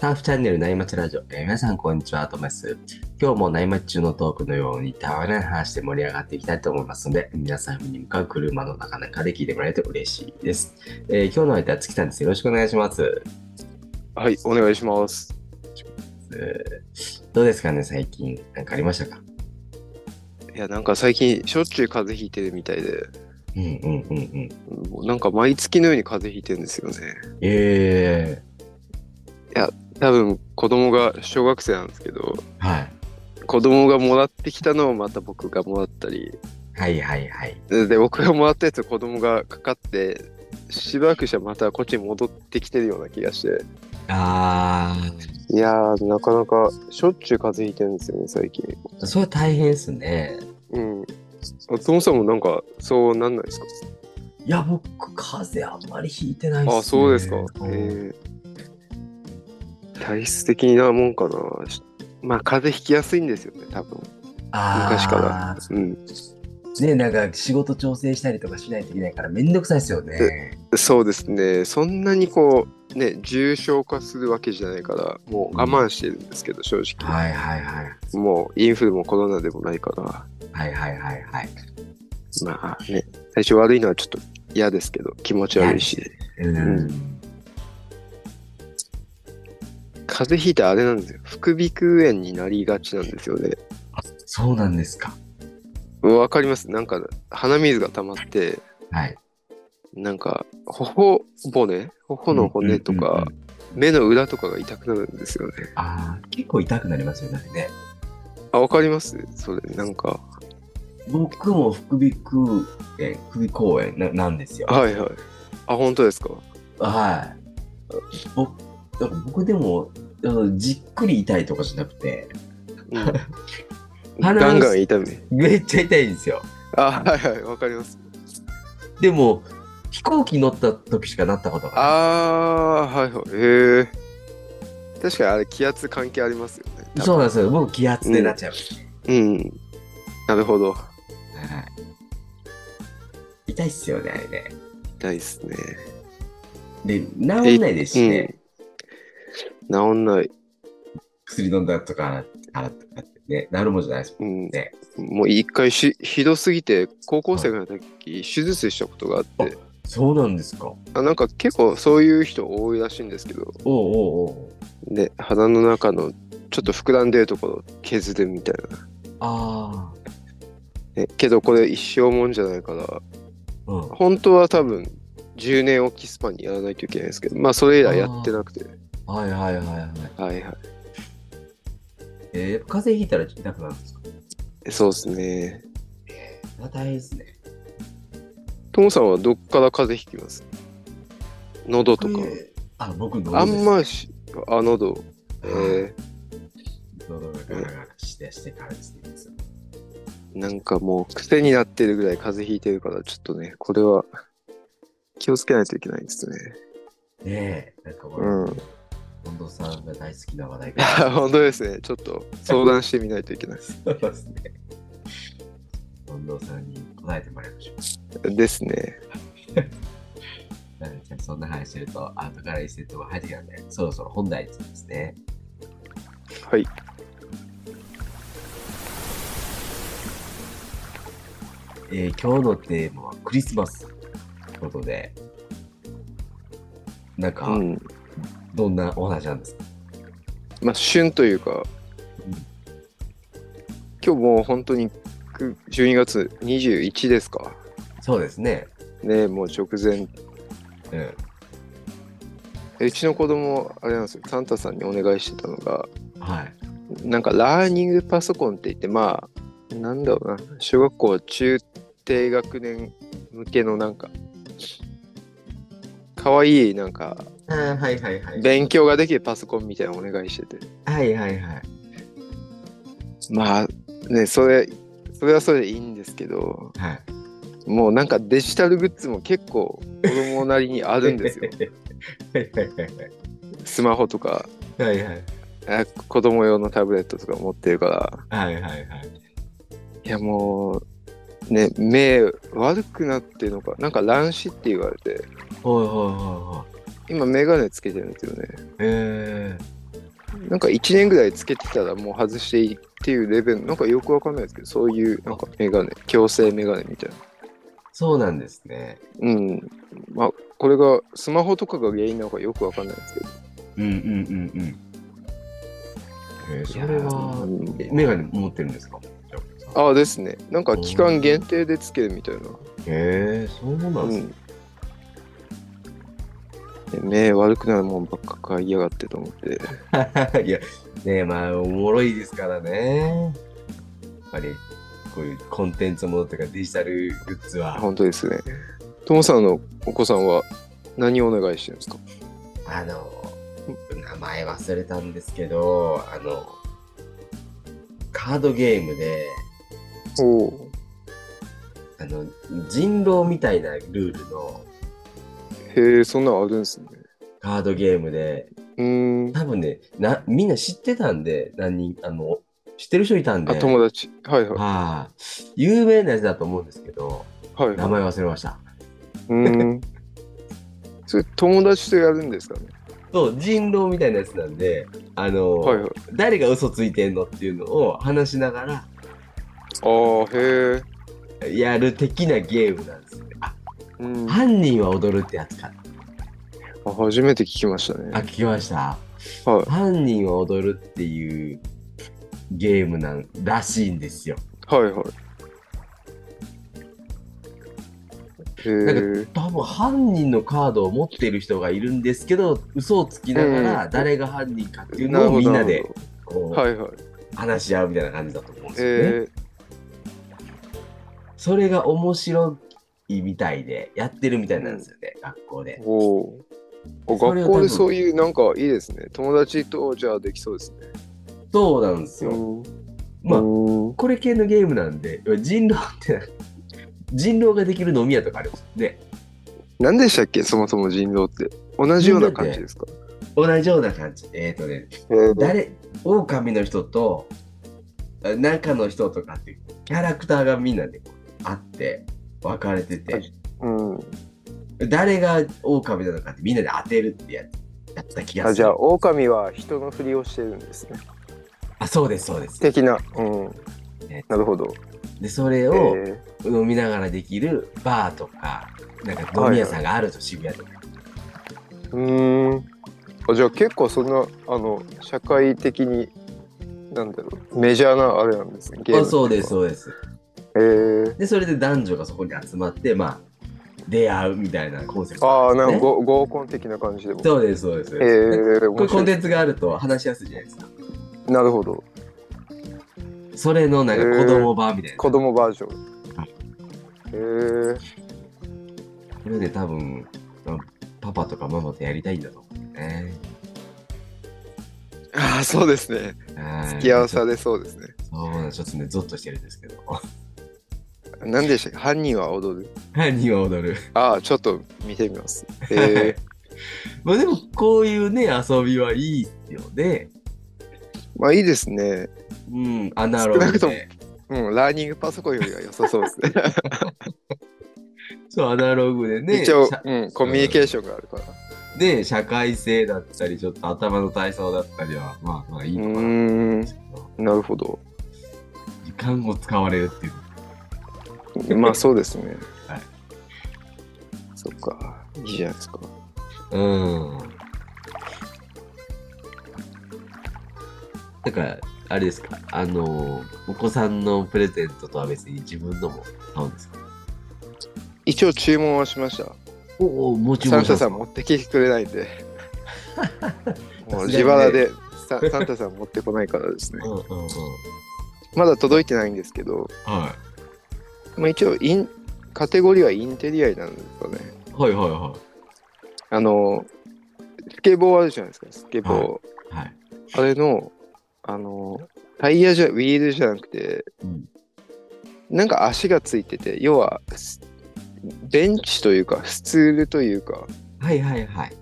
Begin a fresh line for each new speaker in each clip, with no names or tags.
ターフチャンネル内町ラジオ、えー皆さんこんにちは、トメス。今日も内町中のトークのようにたわらない話で盛り上がっていきたいと思いますので、皆さんに向かう車の中なんかで聞いてもらえると嬉しいです。えー今日の相手は月さんです。よろしくお願いします。
はい、お願いします。
えーどうですかね、最近。なんかありましたか
いや、なんか最近しょっちゅう風邪ひいてるみたいで、
うんうんうんうん。
もうなんか毎月のように風邪ひいてるんですよね。
え
多分子供が小学生なんですけど、
ー、はい。
子供がもらってきたのをまた僕がもらったり、
はいはいはい。
で、で僕がもらったやつを子供がかかって、しばらくしたらまたこっちに戻ってきてるような気がして、
あ
いやー、なかなかしょっちゅう風邪ひいてるんですよね、最近。
ー、それは大変ですね。
うん。松本さんもなんかそうなんないですか
いや、僕、風邪あんまりひいてないです、ね。
あ、そうですか。え
うん
ー体質的なもんかな。しまあ、風邪ひきやすいんですよね、多分。昔から。うん。
ら。ね、なんか仕事調整したりとかしないといけないからめんどくさいですよね。
そうですね。そんなにこう、ね、重症化するわけじゃないから、もう我慢してるんですけど、正直。
はいはいはい。
もう、インフルもコロナでもないから、
はいはいはいはい。
まあね、体調悪いのはちょっと嫌ですけど、気持ち悪いし。
うん。
う風邪ひいたらあれなんですよ。副鼻腔炎になりがちなんですよね。
そうなんですか。
わかります。なんか、鼻水が溜まって、
はい。
なんか、頬骨頬の骨と
うんうんうん
か、目の裏とかが痛くなるんですよね。
ああ、結構痛くなりますよね。あれね
あ、わかりますそれ、なんか。
僕も副鼻腔炎、首公炎ななんですよ。
はいはい。あ、本当ですか
はい。僕だから僕でもあのじっくり痛いとかじゃなくて、
うん
鼻
ガンガン痛み。
めっちゃ痛いんですよ。
あ、はいはい、わかります。
でも、飛行機乗った時しかなったことがない。
あー、はいはい。へえ。確かにあれ、気圧関係ありますよね。多分
そうなんですよ。僕、気圧でなっちゃいます。
うん。なるほど。
はい痛いっすよね、あれね。
痛いですね。
で、治んないですしね。
うん。治んない。
薬飲んだとか、あらとかってね、なるもんじゃないです
うん
ね
もう一回しひどすぎて高校生ぐらいの時、手術したことがあって
そうなんですか。おう
あなんか結構そういう人多いらしいんですけど
おうおう。
で鼻の中のちょっと膨らんでるところを削るみたいな、
ああ。
ね、けどこれ一生もんじゃないから
うん。
本当は多分10年おきスパンにやらないといけないんですけどまあそれ以来やってなくて
はいはいはいはい。
はいはい
えー、風邪ひいたら痛くなるんですか
そうですね
まあ大変ですね。
トモさんはどっから風邪ひきます喉とか、
えーあ、僕喉
あ
です
んましあ喉えー
喉がガラガラしてしてからですね。
なんかもう癖になってるぐらい風邪ひいてるから、ちょっとね、これは気をつけないといけないですね。
ねえ、なんかもう、
うん。
近藤さんが大好きな話題が。
本当ですね。ちょっと相談してみないといけないです。
そうですね。近藤さんに答えてもらいましょう。
ですね。
なんかそんな話してると、後から一節も入ってきたんで、そろそろ本題についてですね。
はい。
えー今日のテーマはクリスマスということで、なんか、
うん。
どんなお話なんですか
まあ、旬というか、
うん
今日もう本当にく12月21ですか。
そうですね。
ね、もう直
う
前。
ん。
えうちの子供、あれなんですよ。サンタさんにお願いしてたのが、
はい。
なんかラーニングパソコンって言ってまあなんだろうな小学校中低学年向けのなんか可愛いなんか
あーはいはいは
勉強ができるパソコンみたいなのお願いしてて
はいはいはい。
まあねそれそれはそれでいいんですけど
はい。
もうなんかデジタルグッズも結構子供なりにあ
あ。
るんですよ
はいはいはいはい。
スマホとか
はいはい。
あ子供用のタブレットとか持ってるから
はいはいはい。
いやもうね目悪くなってるのかなんか乱視って言われて
ほいほいほいほい。
今メガネつけてるんですよね
えー、
なんか1年ぐらいつけてたらもう外していいっていうレベル、なんかよくわかんないですけど、そういうなんかメガネ、矯正メガネみたいな。
そうなんですね。
うん。まあ、これがスマホとかが原因なのかよくわかんないですけど。
うんうんうんうん。えー、それ
う
は、
ん
えメガネ持ってるんですか
ああですね。なんか期間限定でつけるみたいな。
へえー、そうなん
う
ですね。
ん。で目悪くなるもんばっか買いやがってと思って。
いや、ねえ、まあ、おもろいですからね。やっぱり、こういうコンテンツものとかデジタルグッズは。
本当ですね。ともさんのお子さんは何をお願いしてるんですか
あの、名前忘れたんですけど、あの、カードゲームで、
おお。
あの、人狼みたいなルールの
へえ、そんなのあるんですね。
カードゲームで、
うーん。
多分ね、なみんな知ってたんで、何人、あの、知ってる人いたんで、
あ、友達。はいはい。
ああ有名なやつだと思うんですけど、
はい、
名
はい。
前忘れました。
う ーん。それ友達とやるんですかね
そう、人狼みたいなやつなんで、あの、
はいはい。
誰が嘘ついてんのっていうのを話しなが
ああ、へえ。
らやる的なゲームなんですよね。あ
うん。あ
犯人は踊るってやつか。
初めて聞きました
あ、
ね。
聞きました。
はい。
犯人は踊るっていうゲームなんらしいんですよ。
はいはい。へ
なん
え。
多分犯人のカードを持ってる人がいるんですけど、嘘をつきなが
う
ら
ん
誰が犯人かっていう
る
のを
ほど
みんなで
るほ
こ
ど
う
はいはい。
話し合うみたいな感じだと思うんですよね。
え
それが面白いみたいで、やってるみたいなんですよね、学校で
ー、。おーお。
それを
学校でそういうなんかいいですね。友達とじゃあできそうですね。
そうなんですよ。
うん
まあ、
うん
これ系のゲームなんで、人狼ってなんか、人狼ができる飲み屋とかありますね。
何でしたっけそもそも人狼って。同じような感じですか
同じような感じ。えっ、ー、とね、
へー
誰、狼の人と、あ中の人とかっていうキャラクターがみんなでこうあって、分かれてて、
はいうん。
誰が狼なのかってみんなで当てるってやつやった気がする。
あじゃあ、狼は人のふりをしてるんですね。
あそうです、そうです。
的な。うん。
ね
なるほど。
で、それ
え
を
ー
飲みながらできるバーとか、なんか飲み屋さんがあると渋谷とか。
うーんあじゃあ結構そんなあの社会的になんだろうメジャーなあれなんですねゲーム
あそうです、
へ
そうです。
えー、
で、それで男女がそこに集まって、まあ、出会うみたいなコンセプト
ああ
んです
な
ね
んかご合コン的な感じでも
そうです、そうです。そう
へえ
です
ー、
これ
面
コ
白
ン
い
テンツがあると話しやすいじゃないですか。
なるほど
それのなんか子供版みたいな。
子供バージョン
は
へえー、
これで多分、あパパとかママとやりたいんだと思うね。
ああそうですね
付
付き合わされそうですね
そうなのちょっとね、ゾッとしてるんですけど。
何でしたっけ犯人は踊る
犯人は踊る。
ああちょっと見てみます へえ
まあでも、こういうね、遊びはいいですよね。
まあいいですね
うん、アナログ
少な
で。
うんラーニングパソコンよりは良さそうですね
そう、アナログでね。
一応
社、
うん、コミュニケーションがあるから
ね、社会性だったり、ちょっと頭の体操だったりは、まあまあいいのかなと思うんですけど。
なるほど
時間を使われるっていう。
まあそうですね。
はい。
そっか。いいじゃないですか。
うん。だから、あれですか、あの、お子さんのプレゼントとは別に自分のも買うんですか
一応注文はしました。
おお、もち
サ
ろ
ン
ん。
タさん
も。
持ってきてくれない んで。も
さすが
う
にね
自腹でササンタさん持ってこないからですね
う。んうんうん。
まだ届いてないんですけど、
は
まあ、一応イン、カテゴリーはインテリアになるんですかね。
い。はいはいは
あの、スケボーあるじゃないですか、スケボー。
ははい。はい。
あれの、あの、タイヤじゃ、ウィールじゃなくて、
うん
なんか足がついてて、要は、すベンチというか、スツールというか、
はいはいはい。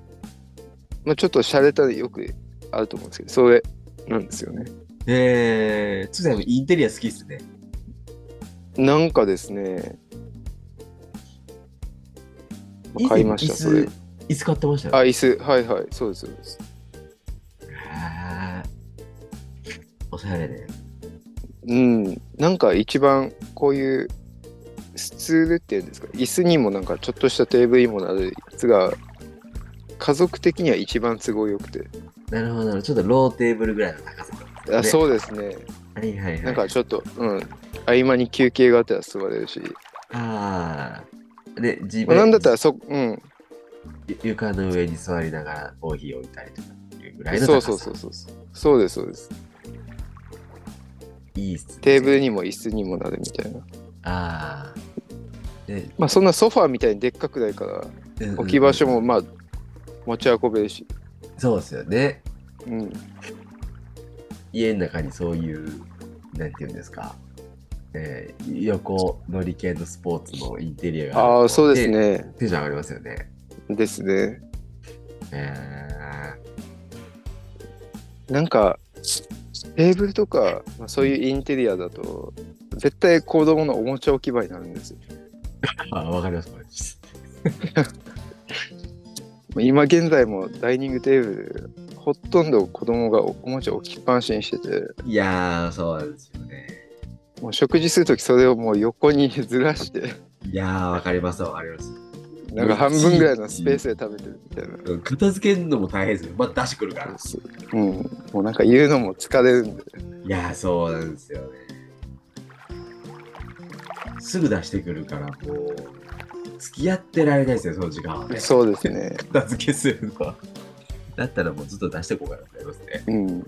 まあ、ちょっと洒落たよくあると思うんですけど、それなんですよね。
えー、つさんインテリア好きっすね。
なんかですね、まあ買いました、
以
そ
前
れ
椅。子、椅子買ってました
あ、
よ。
椅子、はいはい、そうです、そうです。
へーしゃれね。
うん、なんか一番こういうスツールっていうんですか椅子にもなんかちょっとしたテーブルにもなるやつが家族的には一番都合よくて
なるほどなるほど。ちょっとローテーブルぐらいの高さなんですね
あそうですね
はいはいはい。
なんかちょっと、うん、合間に休憩があったら座れるし、
ああ。で、自
まあ、
分
なんだったらそ、うん、
床の上に座りながらコーヒーを置いたりとかっていうぐらいの
そう
高さ。
そうそうそうそうですそうです
いいっすね
テーブルにも椅子にもなるみたいな
ああ。で、
まあそんなソファーみたいにでっかくないから
うんうん
置き場所もまあ持ち運べるし、
そうですよね。
うん、
家の中にそういう、なんていうんですか。えー横乗り系のスポーツのインテリアがると
ああそうです。ね
テンション上がりますよね。
ですね
え
なんかテーブルとか、まあ、そういうインテリアだと絶対子供のおもちゃ置き場になるんですよ。
ー、あわかりますわかります。
まあ今現在もダイニングテーブルほとんど子供がおもちゃ置きっぱなしにしてて
いやー、そうなんですよね。
もう食事する時それをもう横にずらして
いやー、わかりますわかります。
なんか半分ぐらいのスペースで食べてるみたいな。
うん片付けるのも大変ですよ。また出してくるから。
うん、もうなんか言うのも疲れるんで
いやー、そうなんですよね。すぐ出してくるから、もう、付き合ってられないですよ、その時間はね。
そうですね
片付けするのは。だったらもうずっと出してこうかなってなりますね。
うん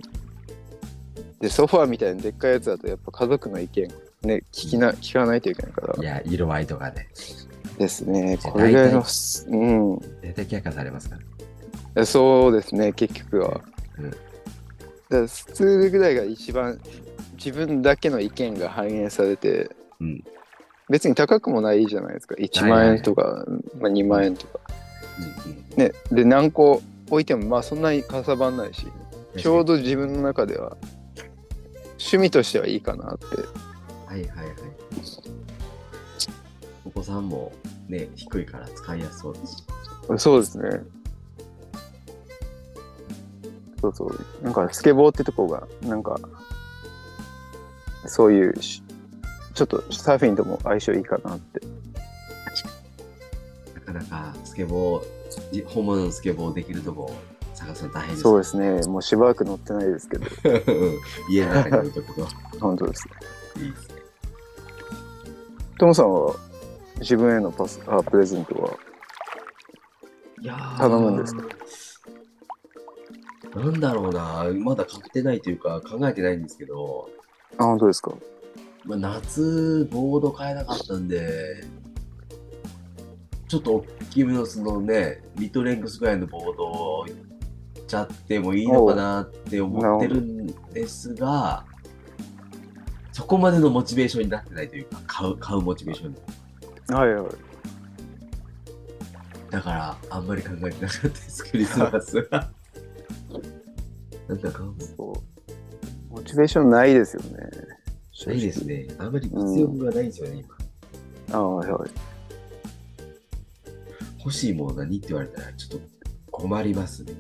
でソファーみたいなでっかいやつだとやっぱ家族の意見ね聞きな聞かないといけないから
いや、色合いとかね、
ですね。
じゃあ
これぐらい
大
のす、うん
絶対却下されますから。
え、そうですね、結局は。
うん
だからスツールぐらいが一番自分だけの意見が反映されて、
うん
別に高くもないじゃないですか。1
ない
万
ない
円とか、まあ、2万円とか。
うんうん
ね、で、何個置いても、まあそんなにかさばんないし、ちょう
ど。
ど自分の中では趣味としてはいいかなって。
はいはいはい。お子さんもね、低いから使いやすそうですし。
そうですね。そうそう。なんかスケボーってとこが、なんか、そういうし、ちょっとサーフィンとも相性いいかなって。
なかなかスケボー、本物のスケボーできるとこ探すの大変です
そう
よ
ですね。もうしばらく乗ってないですけ ど、
うん家の中に置いとくと。
本当ですね。
いいですね。
トモさんは、自分へのパスあプレゼントは、
いやー
頼むんです
なんだろうな、まだ買ってないというか考えてないんですけど、
あ、本当ですか。
まあ、夏、ボード買えなかったんで、ちょっと大きめのそのね、ミッドレングスぐらいのボードをいっちゃってもいいのかなって思ってるんですが、そこまでのモチベーションになってないというか、買う、買うモチベーション。
はいはい。
だから、あんまり考えてなかったです、クリスマスは。 なんだか、
そう。モチベーションないですよね。
ないですね。あんまり物欲がないんですよね、今。
あはいはい。
欲しいもの何って言われたら、ちょっと困りますね。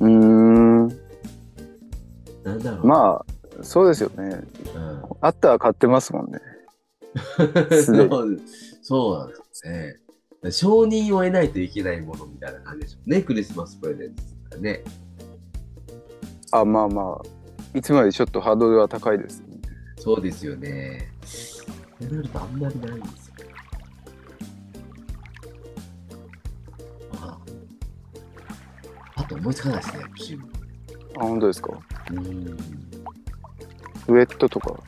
うーん。
なんだろう。
まあ、そうですよね。
うん、
あったら買ってますもんね。すでに
そうそうなんですね。承認を得ないといけないものみたいな感じでしょうね、クリスマスプレゼントですからね。
あまあまあいつもよりちょっとハードルは高いです、ね、
そうですよね。ってなるとあんまりないんですよ。あああと思いつかないですね、欲しいもの
あ本当ですか
うん。
ウェットとか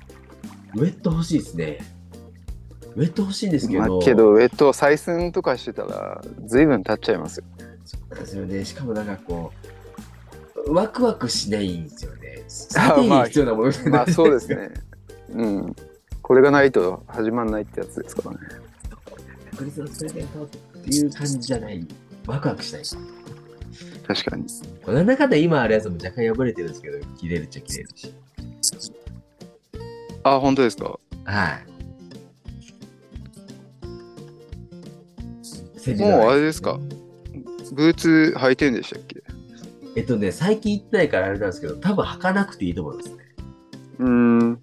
ウェット欲しいですね。ウェット欲しいんですけ
まあ
ど。
けどウェット採寸とかしてたら随分経っちゃい ますよ
そうなんですよね。しかもなんかこう、ワクワクしないんですよね。
あ
査定に必要なものみたいな
まあそうですねうんこれがないと始まんないってやつですからね
クリスマスプレゼントっていう感じじゃない。ワクワクしない。
確かに
なんだかんだ今あるやつも若干破れてるんですけど、切れるっちゃ切れるし。
あ本当ですか
はい。
もうあれですかブーツ履いてるんでしたっけ
えっとね、最近行ってないからあれなんですけど、多分履かなくていいと思いますね。
うん。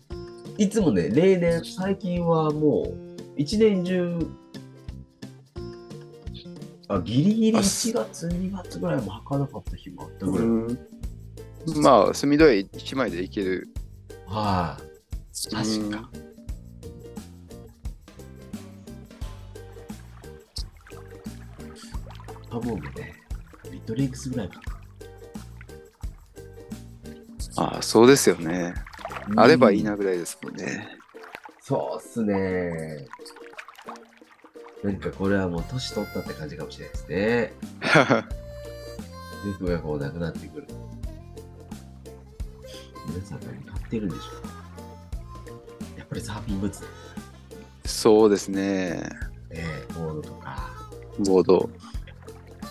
いつもね、例年、最近はもう、一年中、あ、ギリギリ
あ
1月、2月ぐらいも履かなかった日もあったぐらい。
うんまあ、墨戸絵一枚でいける。
はい、確か。多分ね、リトリックスぐらいか
ああ、そうですよね。
な。
あればいいなぐらいですもんね。
そうっすね。なんかこれはもう年取ったって感じかもしれないですね。欲がこうなくなってくる。皆さん何買ってるんでしょうやっぱりサーフィングッズ、
そうですね。
えー、ボードとか、
ボード。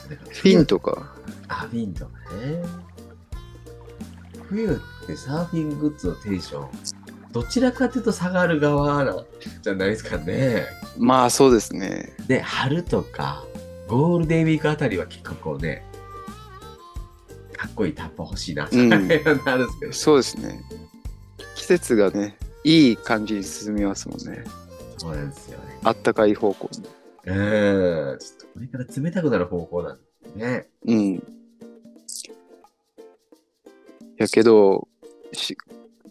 それから
フィンとか。
あ、フィンとかね。冬ってサーフィングッズのテンション、どちらかというと下がる側なじゃないですかね。
まあ、そうですね。
で、春とか、ゴールデンウィークあたりは結構こうね、かっこいいタッパ欲しいな、
うん
なるんですけど、
そうですね。季節がね、いい感じに進みますもんね。
そうなんですよね。
あったかい方向に。
うん、ちょっとこれから冷たくなる方向なんですね。
うん。やけど、し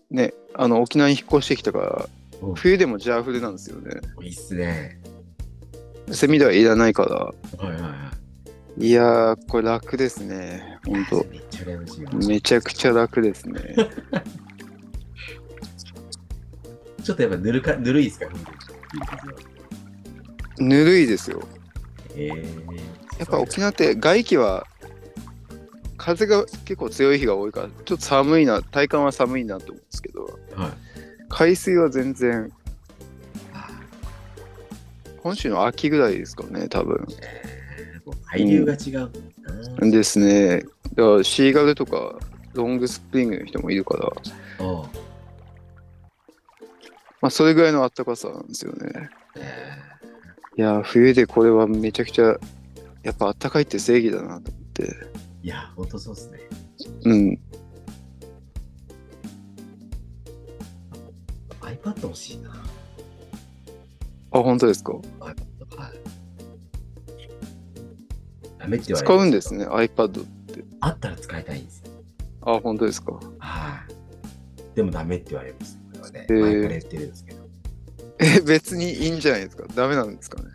ね、あの沖縄に引っ越してきたから
うん、
冬でもジャーフルなんですよね。
いいっすね。
セミではいらないから。
はいはいはい
やー、これ楽ですね。ほん
い。
と。
めっちゃ羨ましいわ
めちゃくちゃ楽ですね。
ちょっとやっぱぬるか、ぬるいっすか、
ぬるいですよ。
ええ
やっぱ沖縄って外気は風が結構強い日が多いから、ちょっと寒いな、体感は寒いなと思うんですけど、
はい。
海水は全然、本州の秋ぐらいですかね、多分。
えーもう海流が違うもんな、
ですね。だからシーガルとかロングスプリングの人もいるから、
おう
まあ、それぐらいのあったかさなんですよね。
え
いやー、冬でこれはめちゃくちゃ、やっぱあったかいって正義だなと思って。
ーいや、ほんとそうっすね。
うん。
iPad 欲しいな。
あ、本当ですか
iPad。はい。ダメって言われ。
使うんですすね、iPad。
あったら使いたいんですよ。
あ、本当ですか。
はい。でもダメって言われます。これはね、
へー
前から言ってるんですけど。
え、別にいいんじゃないですか。ダメなんですかね。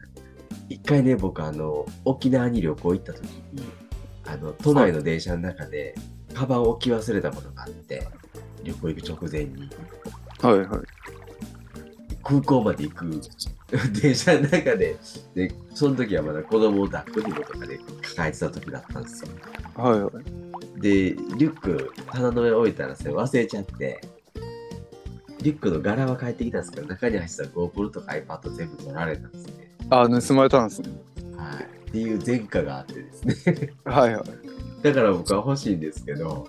一回ね、僕、あの、沖縄に旅行行った時に、あの、都内の電車の中で、カバンを置き忘れたことがあって、旅行行く直前に。
はいはい。
空港まで行く 電車の中ででその時はまだ子供を抱っこ紐とかで抱えてた時だったんですよ
はいはい。
でリュック棚の上置いたらそれ忘れちゃってリュックの柄は返ってきたんですけど中に入ってた GoPro とか iPad 全部取られたんですね、
あ、盗まれたんですね。
はい、っていう前科があってですね
はいはい。
だから僕は欲しいんですけど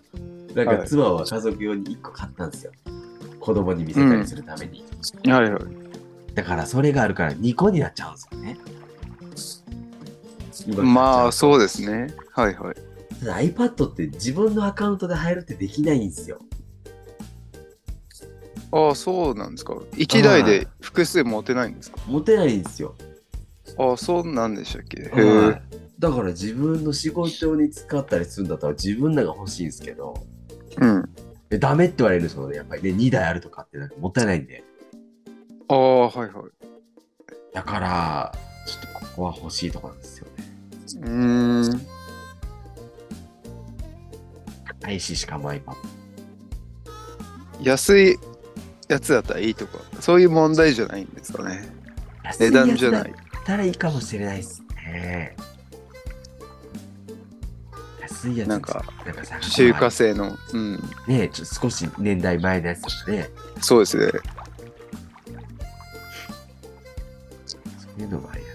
なんか
はい
妻は家族用に1個買ったんですよ子供に見せたりするために、
はいはい。
だからそれがあるから2個になっちゃうんですよね今買っちゃうと
まあ、そうですね。はいはい。
ただ iPad って自分のアカウントで入るってできないんですよ。
ああ、そうなんですか。1台で複数持てないんですか
持てないんですよ。
ああ、そうなんでしたっけ。へ
は
え。
いだから自分の仕事に使ったりするんだったら自分らが欲しいんですけど、
うん。
えダメって言われるんですよね。やっぱりね、2台あるとかってなんかもったいないんで。
ああ、はいはい。
だから、ちょっとここは欲しいとこなんですよね。
うーん。
ないし、しかも iPad。
安いやつだったらいいとか、そういう問題じゃないんですかね。値段じゃない。
たらいいかもしれないですね。安いやつ
なんか、
なんか探さない
中華製の。うん。
ねちょ少し年代前のやつとかね、
そうですね。
そういうのもありや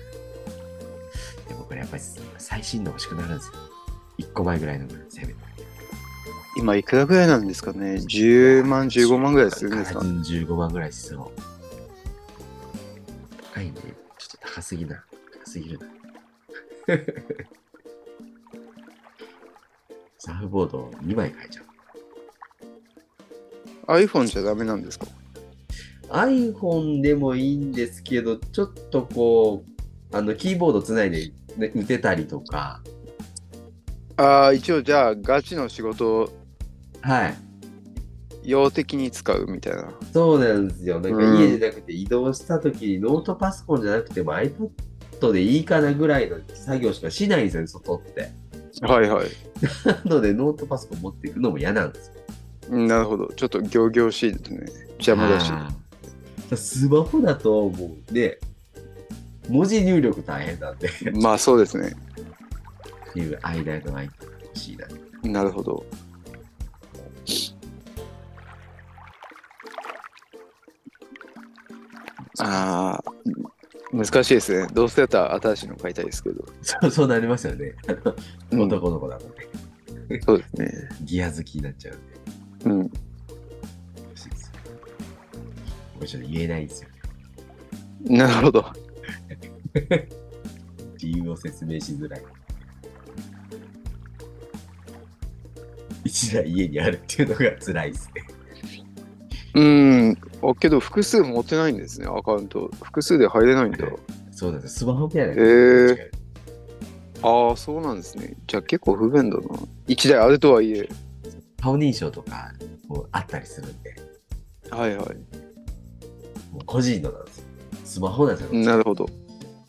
でもこれやっぱり最新の欲しくなるんですよ。1個前ぐらいのせめて。
今、いくらぐらいなんですかね。10万、15万ぐらいするんですかね。
15万ぐらいしそう。高いね。ちょっと高すぎな。高すぎるな。サーフボード2枚買えちゃう。
iPhone じゃダメなんですか
iPhone でもいいんですけど、ちょっとこう、あの、キーボードつないで、ね、打てたりとか、
ああ、一応じゃあガチの仕事
はい。
用的に使うみたいな。
そうなんですよ。なんか
うん
家じゃなくて移動した時にノートパソコンじゃなくても iPad でいいかなぐらいの作業しかしないんですよね、外って。
はいはい。
なのでノートパソコン持っていくのも嫌なんですよ。
うんなるほど。ちょっと仰々しいですね。邪魔だし。
うんスマホだともうね、文字入力大変なんで、
まあそうですね。
っていう間のアイコンが欲しいな。
なるほど。ああ、難しいですね。どうせやったら新しいの買いたいですけど。
そうそうなりますよね。
うん
男の子だとね、
そうですね。
ギア好きになっちゃうんで、
うん。
欲しいですよ。これちょっと言えないんですよ。
なるほど。
理由を説明しづらい。一台家にあるっていうのが辛いですね。
うん。あけど複数持ってないんですね、アカウント。複数で入れないんだ。
そうなんです。スマホペア
えーああ、そうなんですね。じゃあ結構不便だな。1台あるとはいえ。
顔認証とかもうあったりするんで、
はいはい。
もう個人のなんですよ。スマホなんですよ。
なるほど。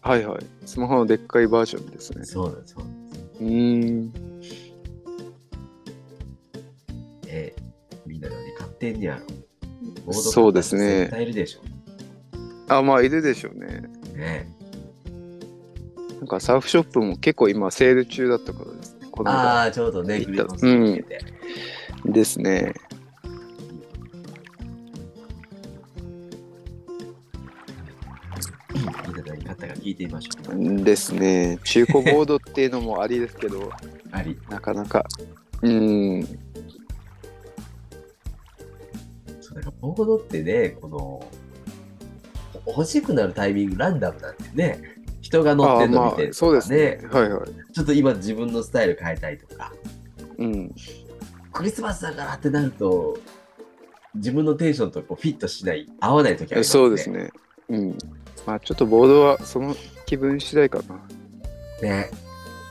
はいはい。スマホのでっかいバージョンですね。
そうなんです。そうなんです
うーん。
えーみんなのね、勝手にやろう。
そうですね
絶対いるでしょ
あ、まあいるでしょうね。
うね。
なんかサーフショップも結構今セール中だったからですね。この間
ああ、ちょうどね、
行っ
グ
た
リコンさん来てて。
ですね。
いい戦い方が聞いてみましょう。
ですね。中古ボードっていうのもありですけ ど、
あり、
なかなか。うーん。
そうだからボードってね、この、ほ欲しくなるタイミングランダムなんでね、人が乗っ
あ
て
あ、
るの
ま
見て
あ、
る
そう
と
で
か
すね。はいはい。
ちょっと今自分のスタイル変えたいとか、
うん。
クリスマスだからってなると、自分のテンションとこうフィットしない、合わない時ありますね。
そうです。ね。うん。まあちょっとボードはその気分次第かな。
ね、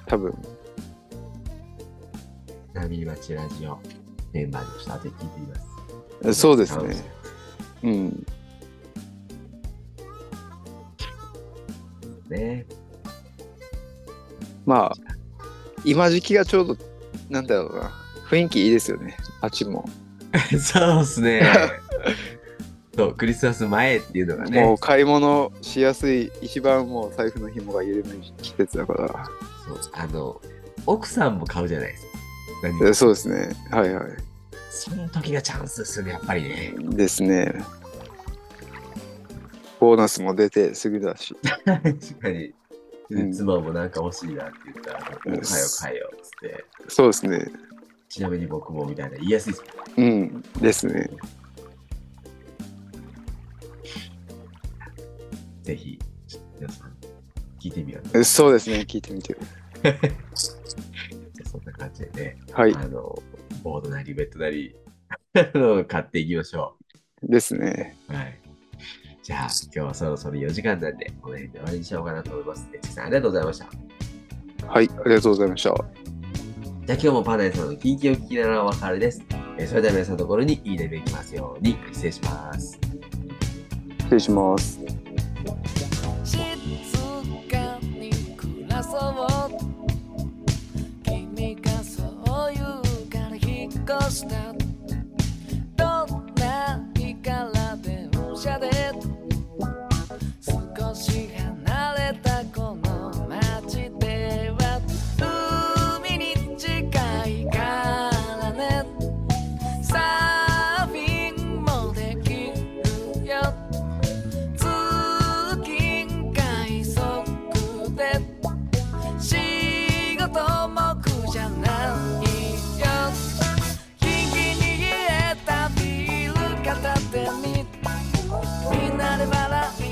多分。
波町ラジオメンバーの人当て聞いています。
そうですね。うん。
ね。
まあ、今時期がちょうど、なんだろうな。雰囲気いいですよね。あっちも。
そうですね。そう、クリスマス前っていうのがね。
もう買い物しやすい一番もう財布の紐が緩める季節だか
そうあの奥さんも買うじゃないですか。何
らそうですねはいはい
その時がチャンスですよね、やっぱりね。
ですねボーナスも出てすぐだし
確かに。
うん
妻もなんか欲しいなって言ったら、お
う
は
ん
よう買えよっつって、
そうですね
ちなみに僕もみたいな言いやすいですも
うんですね
んぜひ、ちょっと皆さん、聞いてみよう。
そうですね聞いてみて
じゃあそんな感じでね、
はい
あの、ボードなりベッドなり、 あの買っていきましょ
ですね
う。はい。じゃあ、今日はそろそろ4時間なんで、この辺で終わりにしようかなと思います。えつきさん、ありがとうございました。
はいありがとうございまし
じ
た
ゃあ今日もパナイさんのキンキンを聞きながらお別れです。えーそれでは皆さんのところにいいねできますように失礼します。
失礼します
静かに暮らそう君がそう言うから引っ越したどんな日から電車で少し離れたこの街では海に近いからねサーフィンもできるよ通勤快速で仕事も苦じゃないよキンキンに冷えたビール片手にみんなで笑い